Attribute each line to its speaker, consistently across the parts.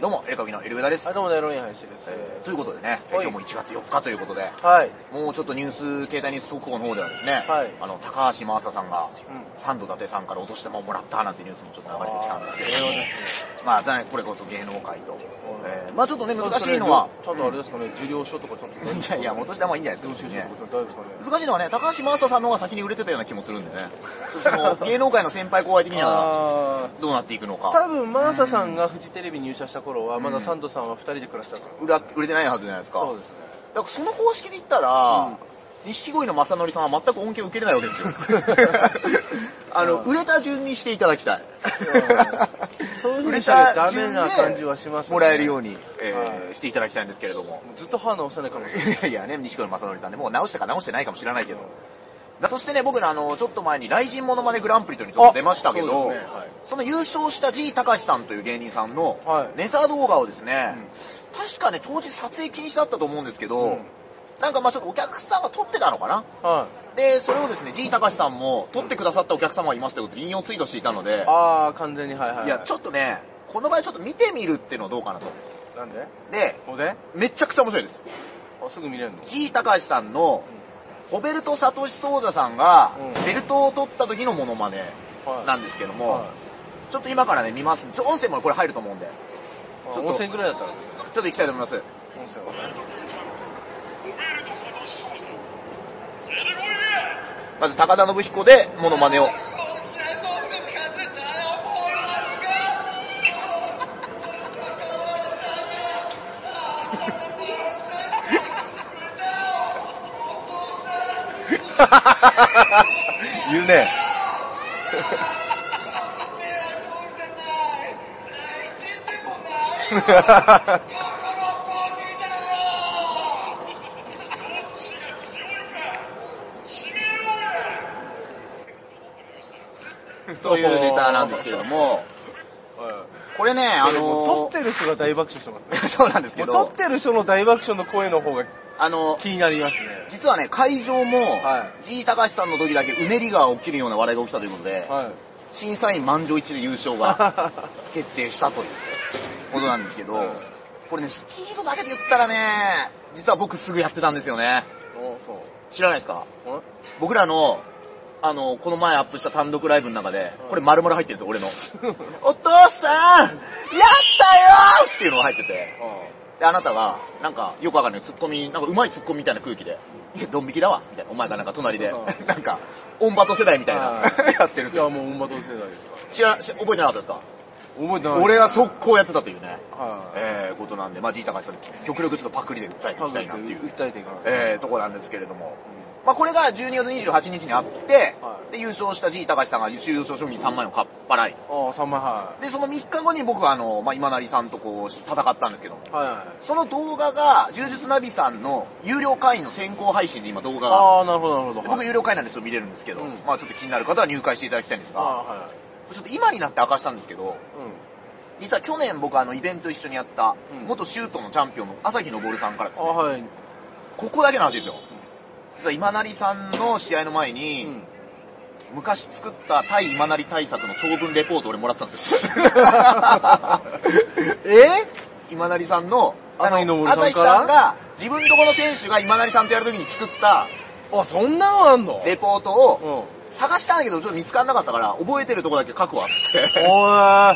Speaker 1: どうも、エルカビのエルベダです、
Speaker 2: はい、どうもね、ロイン林です。
Speaker 1: えーということでね、えー
Speaker 2: はい
Speaker 1: 今日も1月4日ということで、
Speaker 2: はい。
Speaker 1: もうちょっとニュース、携帯ニュース速報の方ではですね、
Speaker 2: はい
Speaker 1: あの、高橋真麻さんが、
Speaker 2: う
Speaker 1: サンド伊達さんからお年玉をもらったなんてニュースもちょっと流れてきたんですけれ
Speaker 2: あー
Speaker 1: ど
Speaker 2: こ
Speaker 1: も
Speaker 2: れはですね、
Speaker 1: まあ、残念これこそ芸能界と、えーまあちょっとね、難しいのは、
Speaker 2: ちゃんとあれですかね、受領書とかちゃんと。
Speaker 1: いやいや、お年玉はいいんじゃないですか、
Speaker 2: 大丈夫ですかね。
Speaker 1: 難しいのはね、高橋真麻さんの方が先に売れてたような気もするんでね、その芸能界の先輩後輩的には
Speaker 2: あ
Speaker 1: どうなっていくの
Speaker 2: あ、
Speaker 1: か、
Speaker 2: 多分マーサさんがフジテレビに入社した頃は、まだサンドさんは二人で暮らしてたから。
Speaker 1: 売ら売れてないはずじゃないですか。
Speaker 2: そうですね。
Speaker 1: だからその方式で言ったら、錦鯉の正則さんは全く恩恵を受けれないわけ ですよ。あの、売れた順にしていただきたい。
Speaker 2: そう いうふうにしたらダメな感じはしますね
Speaker 1: もらえるように、えー
Speaker 2: は
Speaker 1: していただきたいんですけれども。
Speaker 2: ずっと歯直さないかもしれない。
Speaker 1: いやいやね、錦鯉の正則さんね、もう直したか直してないかもしれないけど。だそしてね、僕のあの、ちょっと前に、雷神モノマネグランプリというのにちょっと出ましたけ
Speaker 2: あそ
Speaker 1: ど、
Speaker 2: うですねはい
Speaker 1: その優勝した G 高橋さんという芸人さんの
Speaker 2: はい
Speaker 1: ネタ動画をですね、確かね、当時撮影禁止だったと思うんですけど、
Speaker 2: うん
Speaker 1: なんかまあちょっとお客さんが撮ってたのかな
Speaker 2: はい。
Speaker 1: で、それをですね、G 高橋さんも、撮ってくださったお客様がいますということで引用ツイートしていたので、
Speaker 2: ああ、完全に、はいはいはい。
Speaker 1: いや、ちょっとね、この場合ちょっと見てみるっていうのはどうかなと。
Speaker 2: なんで
Speaker 1: で、
Speaker 2: ここであ、
Speaker 1: めちゃくちゃ面白いです。
Speaker 2: すぐ見れるの
Speaker 1: G 高橋さんの、ホベルト・サトシ・ソーザさんが
Speaker 2: うん、
Speaker 1: ベルトを取った時のモノマネ
Speaker 2: はい
Speaker 1: なんですけども
Speaker 2: は、
Speaker 1: ちょっと今からね、見ます。ちょ、音声もこれ入ると思うんで、
Speaker 2: い。
Speaker 1: ちょっと
Speaker 2: 温泉ぐらいだったらですね、
Speaker 1: ちょっと行きたいと思います。
Speaker 2: 温泉は。
Speaker 1: まず、高田信彦で、モノマ ネを。
Speaker 2: 言う ね。
Speaker 1: というネタなんですけれども、
Speaker 2: は
Speaker 1: これね、あ
Speaker 2: い。も
Speaker 1: の
Speaker 2: う撮ってる人が大爆笑してますね。
Speaker 1: ー そうなんですけ
Speaker 2: もう
Speaker 1: ど
Speaker 2: 撮っ、てる人の大爆笑の声の方が
Speaker 1: あのー
Speaker 2: 気になりますね。
Speaker 1: 実はね、会場も、
Speaker 2: は
Speaker 1: G 高橋さんの時だけうねりが起きるような笑いが起きたということで、
Speaker 2: はい。
Speaker 1: 審査員満場一致で優勝が決定したということなんですけど、これね、スピードだけで言ったらね、実は僕すぐやってたんですよね。
Speaker 2: おそう。
Speaker 1: 知らないですか
Speaker 2: ん
Speaker 1: 僕らの、あの、この前アップした単独ライブの中で、これ丸々入ってるんですよ、俺 の。お父さんやったよーっていうのが入ってて。で、あなたが、なんか、よくわかんない、ツッコミ、なんか、うまいツッコミみたいな空気で、いや、ドン引きだわ、みたいな。お前がなんか隣で
Speaker 2: う、
Speaker 1: なんか、オンバト世代みたいな
Speaker 2: は、い
Speaker 1: やってる
Speaker 2: い。や、もう、オンバト世代ですか。
Speaker 1: 知ら、知覚えてなかったですから
Speaker 2: 覚えてない。
Speaker 1: 俺は速攻やってたというね、
Speaker 2: はい。
Speaker 1: えー、ことなんで、まあ、ジータがさん、極力ちょっとパクリで訴えていきたいなっていう、
Speaker 2: 訴えていかない。
Speaker 1: えー、とこなんですけれども。まあ、これが12月28日にあって、
Speaker 2: はい
Speaker 1: で、優勝した G 高橋さんが優勝賞金3万円をかっぱらい。
Speaker 2: ああ、三枚は
Speaker 1: で、その3日後に僕はあの、まあ、今成さんとこう、戦ったんですけども
Speaker 2: い。。はいはい。
Speaker 1: その動画が、柔術ナビさんの有料会員の先行配信で今動画が、
Speaker 2: ああ、なるほど、なるほど。
Speaker 1: 僕有料会員なんですよ、見れるんですけど、
Speaker 2: うん
Speaker 1: まあちょっと気になる方は入会していただきたいんです
Speaker 2: あ
Speaker 1: が、
Speaker 2: あ、はい。
Speaker 1: ちょっと今になって明かしたんですけど、
Speaker 2: う
Speaker 1: 実は去年僕あのイベント一緒にやった
Speaker 2: う、ん
Speaker 1: 元シュートのチャンピオンの朝日昇さんからです
Speaker 2: ん。あ
Speaker 1: ね、
Speaker 2: あ、はい。
Speaker 1: ここだけの話ですよ。実は今成さんの試合の前に、
Speaker 2: うん。
Speaker 1: 昔作った対今成対策の長文レポートを俺もらってたんですよ。
Speaker 2: え
Speaker 1: 今成さんの、あ
Speaker 2: 朝日
Speaker 1: の
Speaker 2: 昇
Speaker 1: 朝
Speaker 2: さ
Speaker 1: 日
Speaker 2: んから
Speaker 1: さんが、自分とこの選手が今成さんとやるときに作った
Speaker 2: あ、そんなのあんの
Speaker 1: レポートを、
Speaker 2: うん。お
Speaker 1: 探したんだけど、ちょっと見つからなかったから、覚えてるとこだけ書くわ、つって。
Speaker 2: ー。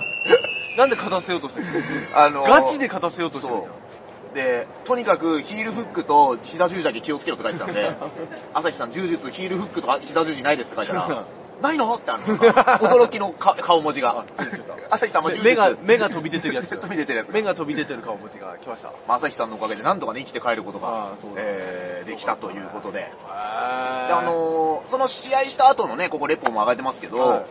Speaker 2: なんで勝たせようとしてる
Speaker 1: あの
Speaker 2: ガチで勝たせようとしてる
Speaker 1: そ
Speaker 2: じゃん。
Speaker 1: う。で、とにかくヒールフックと膝十字だけ気をつけろって書いてたん で、朝日さん柔術ヒールフックとか膝十字ないですって書いたら、ないのってあの、驚きのか 顔文字が
Speaker 2: あ出てた。
Speaker 1: 朝日さんも柔術。
Speaker 2: 目が、目 が飛び出てるやつ。
Speaker 1: ずっと見れてるやつが
Speaker 2: 目が飛び出てる顔持ちが来ました。
Speaker 1: まあ朝日さんのおかげでなんとかね、生きて帰ること
Speaker 2: あ
Speaker 1: が
Speaker 2: あそう、だ
Speaker 1: えー、できたということで。
Speaker 2: あ
Speaker 1: であのーその試合した後のね、ここレポも上がってますけど、
Speaker 2: はい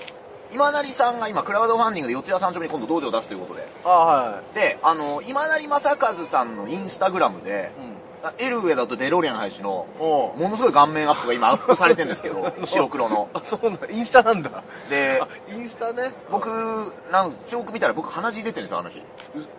Speaker 1: 今成さんが今クラウドファンディングで四谷三丁目に今度道場を出すということで、
Speaker 2: ああ、は
Speaker 1: で、あの、今成正和さんのインスタグラムで
Speaker 2: い。、うん。
Speaker 1: あエルウェだとデロリアンの配信の、
Speaker 2: おう
Speaker 1: ものすごい顔面アップが今アップされてるんですけ ど、白黒の。
Speaker 2: あ、そうなんだ。インスタなんだ。
Speaker 1: で
Speaker 2: あ、インスタね。
Speaker 1: 僕、なんよく見たら僕鼻血出てるんですよ、あの日。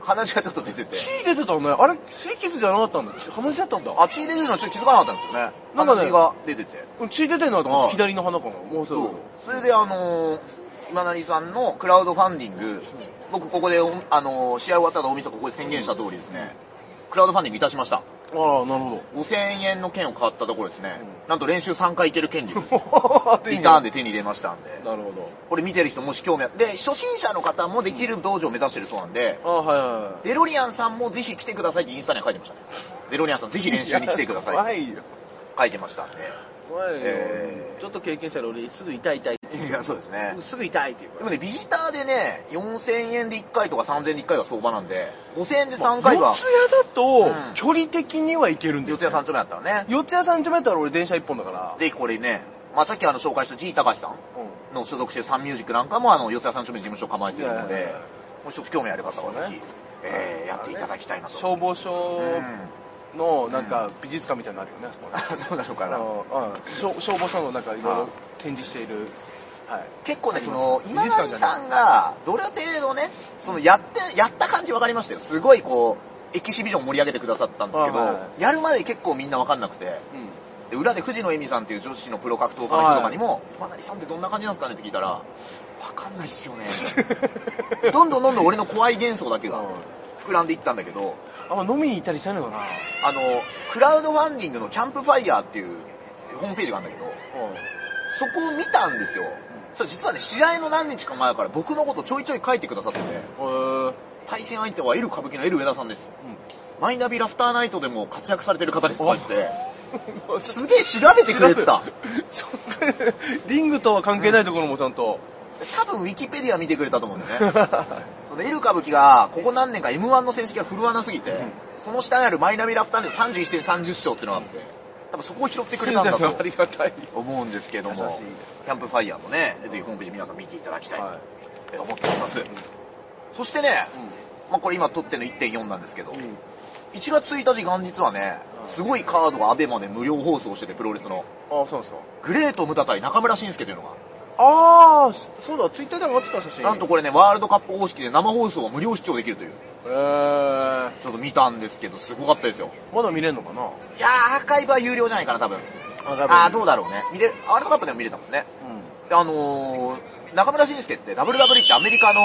Speaker 1: 鼻血がちょっと出てて。
Speaker 2: 血出てたね。あれ、水キスじゃなかったんだ。血鼻血だったんだ。
Speaker 1: あ、血出てるのちょっと気づかなかったんですけどね。
Speaker 2: なんかね
Speaker 1: 鼻血が出てて。
Speaker 2: うん血出てんなと
Speaker 1: あ
Speaker 2: 思っ
Speaker 1: あ
Speaker 2: て、左の鼻かな。もうそ
Speaker 1: そう
Speaker 2: う。。
Speaker 1: それであのー今成さんのクラウドファンディング、僕ここで、おあのー試合終わったら大晦日ここで宣言した通りですね、クラウドファンディングいたしました。
Speaker 2: ああ、なるほ
Speaker 1: 5000円の券を買ったところですね、
Speaker 2: う
Speaker 1: なんと練習3回行ける権利 です。
Speaker 2: ど。
Speaker 1: リターンで手に入れましたんで。
Speaker 2: なるほど。
Speaker 1: これ見てる人もし興味ある。で、初心者の方もできる道場を目指してるそうなんで、
Speaker 2: ああ、はいはいはい。
Speaker 1: デロリアンさんもぜひ来てくださいってインスタには書いてましたね。デロリアンさんぜひ練習に来てくださいって
Speaker 2: 怖いよ。
Speaker 1: 書いてましたんで。
Speaker 2: 怖いよ。
Speaker 1: えー
Speaker 2: ちょっと経験者で俺、すぐ痛い痛い。
Speaker 1: いや、そうですね。
Speaker 2: すぐ痛いっていうか
Speaker 1: でもね、ビジターでね、4000円で1回とか3000円で1回が相場なんで、5000円で3回は
Speaker 2: 四、谷だ
Speaker 1: うん
Speaker 2: と、距離的にはいけるんだ
Speaker 1: 四
Speaker 2: よ。
Speaker 1: 谷三丁目だったらね、
Speaker 2: 四谷さんちゃめたら俺電車一本だから。
Speaker 1: ぜひこれね、まあ、さっきあの紹介した G 高橋さん
Speaker 2: う
Speaker 1: の所属してるサンミュージックなんかもあの、四谷三丁目に事務所構えてるの
Speaker 2: いやい
Speaker 1: で
Speaker 2: やいや、。
Speaker 1: もう一つ興味ある方はぜひ、えー、やっていただきたいなんと。
Speaker 2: 消防署
Speaker 1: うん
Speaker 2: の、なんか、美術館みたいになのあるよね、あそこね。
Speaker 1: そうなのか
Speaker 2: あ
Speaker 1: な。
Speaker 2: の、うん消消防署のなんかいろいろ展示している。はい。
Speaker 1: 結構ね、
Speaker 2: あ
Speaker 1: そ
Speaker 2: ります
Speaker 1: の、
Speaker 2: 美術
Speaker 1: 今
Speaker 2: 館じゃな
Speaker 1: 成さ
Speaker 2: い
Speaker 1: んが、どれ程度ね、その、やって、やった感じ分かりましたよ。すごいこう、エキシビジョン盛り上げてくださったんですけど、
Speaker 2: あはいは
Speaker 1: やるまで結構みんな分かんなくて、
Speaker 2: うん。
Speaker 1: で裏で藤野恵美さんっていう女子のプロ格闘家の人とかにも、今成さんってどんな感じなんですかねって聞いたら、分かんないっすよ ね。どんどんどんどん俺の怖い幻想だけが
Speaker 2: うん
Speaker 1: 膨らんでいったんだけど、
Speaker 2: あんま飲みに行ったりしないのかな
Speaker 1: あの、クラウドファンディングのキャンプファイヤーっていうホームページがあるんだけど、そこを見たんですよ。それ実はね、試合の何日か前から僕のことちょいちょい書いてくださってて、
Speaker 2: うん。へ
Speaker 1: 対戦相手はエル歌舞伎のエル上田さんです。
Speaker 2: え。
Speaker 1: マイナビラフターナイトでも活躍されてる方ですとか言って、
Speaker 2: うん。
Speaker 1: すげえ調べてくれてた。
Speaker 2: そんなリングとは関係ないところもちゃんと。
Speaker 1: 多分ウィキペディア見てくれたと思うんだよね。そのエル歌舞伎が、ここ何年か M1 の成績が振るわなすぎて、その下にあるマイナビラフターナイト31戦30勝っていうのがあって、多分そこを拾ってくれたんだと
Speaker 2: ありがたい。
Speaker 1: 思うんですけども、
Speaker 2: 優しいです
Speaker 1: キャンプファイヤーもね、ぜひホームページ皆さん見ていただきたい
Speaker 2: は
Speaker 1: と思っております。そしてね、まあこれ今撮ってるの1.4なんですけど、1月1日元日はね、すごいカードがアベマで無料放送してて、プロレスの。
Speaker 2: ああ、そうなんですか。
Speaker 1: グレート・ムタ対中村慎介というのが、
Speaker 2: ああ、そうだ、ツイッターで上がってた写真。
Speaker 1: なんとこれね、ワールドカップ方式で生放送を無料視聴できるという、
Speaker 2: えー、
Speaker 1: ちょっと見たんですけど、すごかったですよ。
Speaker 2: まだ見れんのかない
Speaker 1: やー、アーカイブは有料じゃないかな、多分。
Speaker 2: 上がる。
Speaker 1: あー、どうだろうね。見れ、ワールドカップでも見れたもんね。
Speaker 2: う
Speaker 1: であのー、中村慎介って WWE ってアメリカの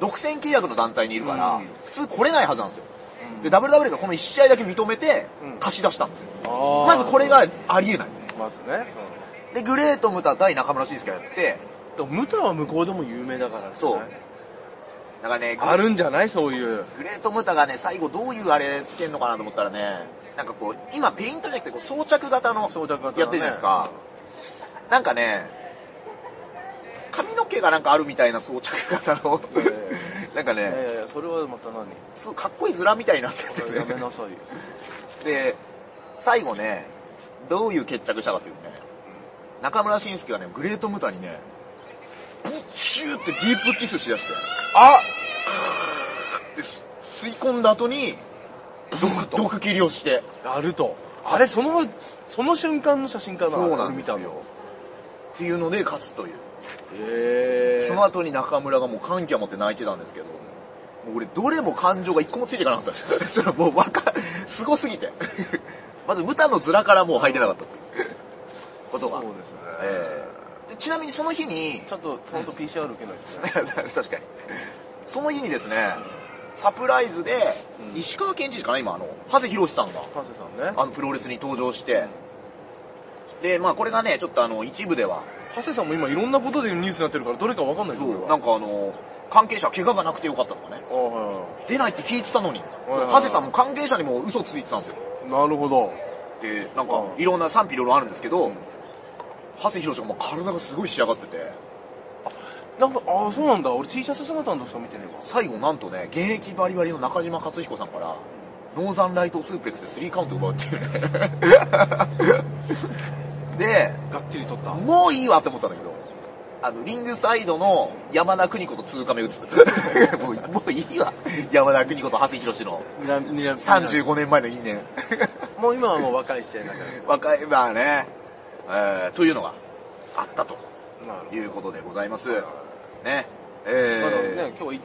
Speaker 1: 独占契約の団体にいるから、
Speaker 2: うん
Speaker 1: 普通来れないはずなんですよ。
Speaker 2: うん
Speaker 1: で、WWE がこの1試合だけ認めて
Speaker 2: うん、
Speaker 1: 貸し出したんですよ。
Speaker 2: ん。
Speaker 1: まずこれ。がありえない。
Speaker 2: まずね。
Speaker 1: で、グレート・ムタ対中村慎介がやって、
Speaker 2: でも、ムタは向こうでも有名だから、ね。
Speaker 1: そうだからね、グ
Speaker 2: あるんじゃないそういう。
Speaker 1: グレート・ムタがね、最後どういうあれつけんのかなと思ったらね、なんかこう、今ペイントじゃなくてこう装着型の、
Speaker 2: 装着型のね
Speaker 1: やってるじゃないですか。なんかね、髪の毛がなんかあるみたいな装着型の、 なんかね、
Speaker 2: いやいや、それはまた何
Speaker 1: すごいかっこいいズラみたいになってて、
Speaker 2: やめなさいよ。
Speaker 1: で、最後ね、どういう決着したかというとね、中村慎介がね、グレートムタにね、ブチューってディープキスしだして、
Speaker 2: あ
Speaker 1: で、す吸い込んだ後に、毒毒切りをして、
Speaker 2: あると。あれ、その、その瞬間の写真かな
Speaker 1: そうなんです
Speaker 2: 俺見た
Speaker 1: よ
Speaker 2: の。
Speaker 1: っていうので勝つという。
Speaker 2: へえー。
Speaker 1: その後に中村がもう歓喜を持って泣いてたんですけど、もう俺どれも感情が一個もついていかなかったん ですよ。それはもうわか、すごすぎて。まず、ムタの面からもう入れなかったっていうことが。
Speaker 2: そうですね。
Speaker 1: えーでちなみにその日に、
Speaker 2: ちゃんと、ちゃんと PCR 受けないとね。
Speaker 1: 確かに。その日にですね、サプライズで、石川県知事かな、今、あの、長谷博さんが、
Speaker 2: パセさんね。
Speaker 1: あの、プロレスに登場して、で、まあ、これがね、ちょっとあの、一部では、
Speaker 2: ハセさんも今いろんなことでニュースになってるからどれかわかんないで
Speaker 1: そ
Speaker 2: すよ、俺
Speaker 1: う、
Speaker 2: は
Speaker 1: なんかあの、関係者怪我がなくてよかったとかね、
Speaker 2: ああはい
Speaker 1: 出ないって聞いてたのに、
Speaker 2: いはいはい
Speaker 1: ハセさんも関係者にも嘘ついてたんですよ。
Speaker 2: はいなるほど。
Speaker 1: で、なんか
Speaker 2: う、ん
Speaker 1: いろんな賛否いろいろあるんですけど、長谷博がもう体がすごい仕上がってて、
Speaker 2: なんか、ああ、そうなんだ。俺 T シャツ姿の人見てねえわ。
Speaker 1: 最後なんとね、現役バリバリの中島克彦さんから、ノーザンライトスープレックスでスリーカウント奪うっていうね。 で、
Speaker 2: がっちり撮った。
Speaker 1: もういいわって思ったんだけど、あの、リングサイドの山田邦子と通過目打つ。 もうもういいわ。山田邦子と長谷博の
Speaker 2: にらにら
Speaker 1: 35年前の因縁。
Speaker 2: もう今はもう若いし、 なんか。
Speaker 1: 若い、まあね、えー、というのがあったと
Speaker 2: なるほど。
Speaker 1: いうことでございます。ね。
Speaker 2: まだ
Speaker 1: えー
Speaker 2: ね、今日はい、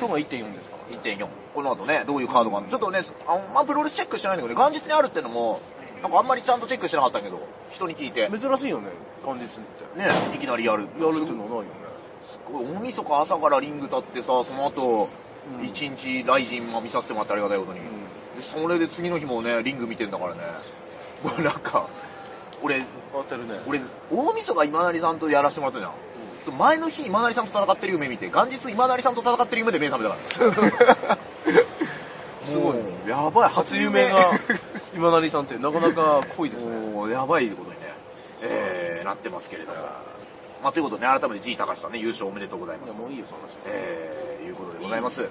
Speaker 2: 今日が1.4ですから。
Speaker 1: 1.4この後ねどういうカードがあるのちょっとねあんまプロレスチェックしてないんだけどね元日にあるってのもなんかあんまりちゃんとチェックしてなかったけど人に聞いてね
Speaker 2: 珍しいよね、元日って。や
Speaker 1: いきなりやる
Speaker 2: るっていうのはないよね。
Speaker 1: すごい、大晦日朝からリング立ってさ、その後、一日ライジンまあ見させてもらってありがたいことに。で、それで次の日もね、リング見てんだからね。 もうなんか、俺、
Speaker 2: 変わってるね。
Speaker 1: 俺、大晦日今成さんとやらせてもらったじゃん。その前の日今成さんと戦ってる夢見て、元日今成さんと戦ってる夢で目覚めた から。す
Speaker 2: ごい。
Speaker 1: やばい、初夢
Speaker 2: 夢が、今成さんってなかなか濃いですね。
Speaker 1: もうやばいことにね、えー、なってますけれども。まあ、ということでね、改めて G 高橋さんね、優勝おめでとうございま
Speaker 2: い
Speaker 1: す
Speaker 2: や、。もういいよ、そんな人。
Speaker 1: えー、いうことでございます。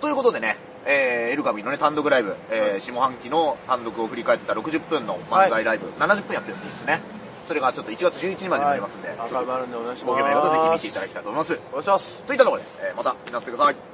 Speaker 1: ということでね、えー、エルカビのね、単独ライブ、えー、下半期の単独を振り返った60分の漫才ライブ、70分やってるんですね。それがちょっと1月11日までになりますんで、
Speaker 2: はい
Speaker 1: ちょっ
Speaker 2: 赤
Speaker 1: と
Speaker 2: 丸でお願いします。
Speaker 1: ご興味ある方はぜひ見ていただきたいと思います。
Speaker 2: お願いします。
Speaker 1: といったところで、えーまた見なせてください。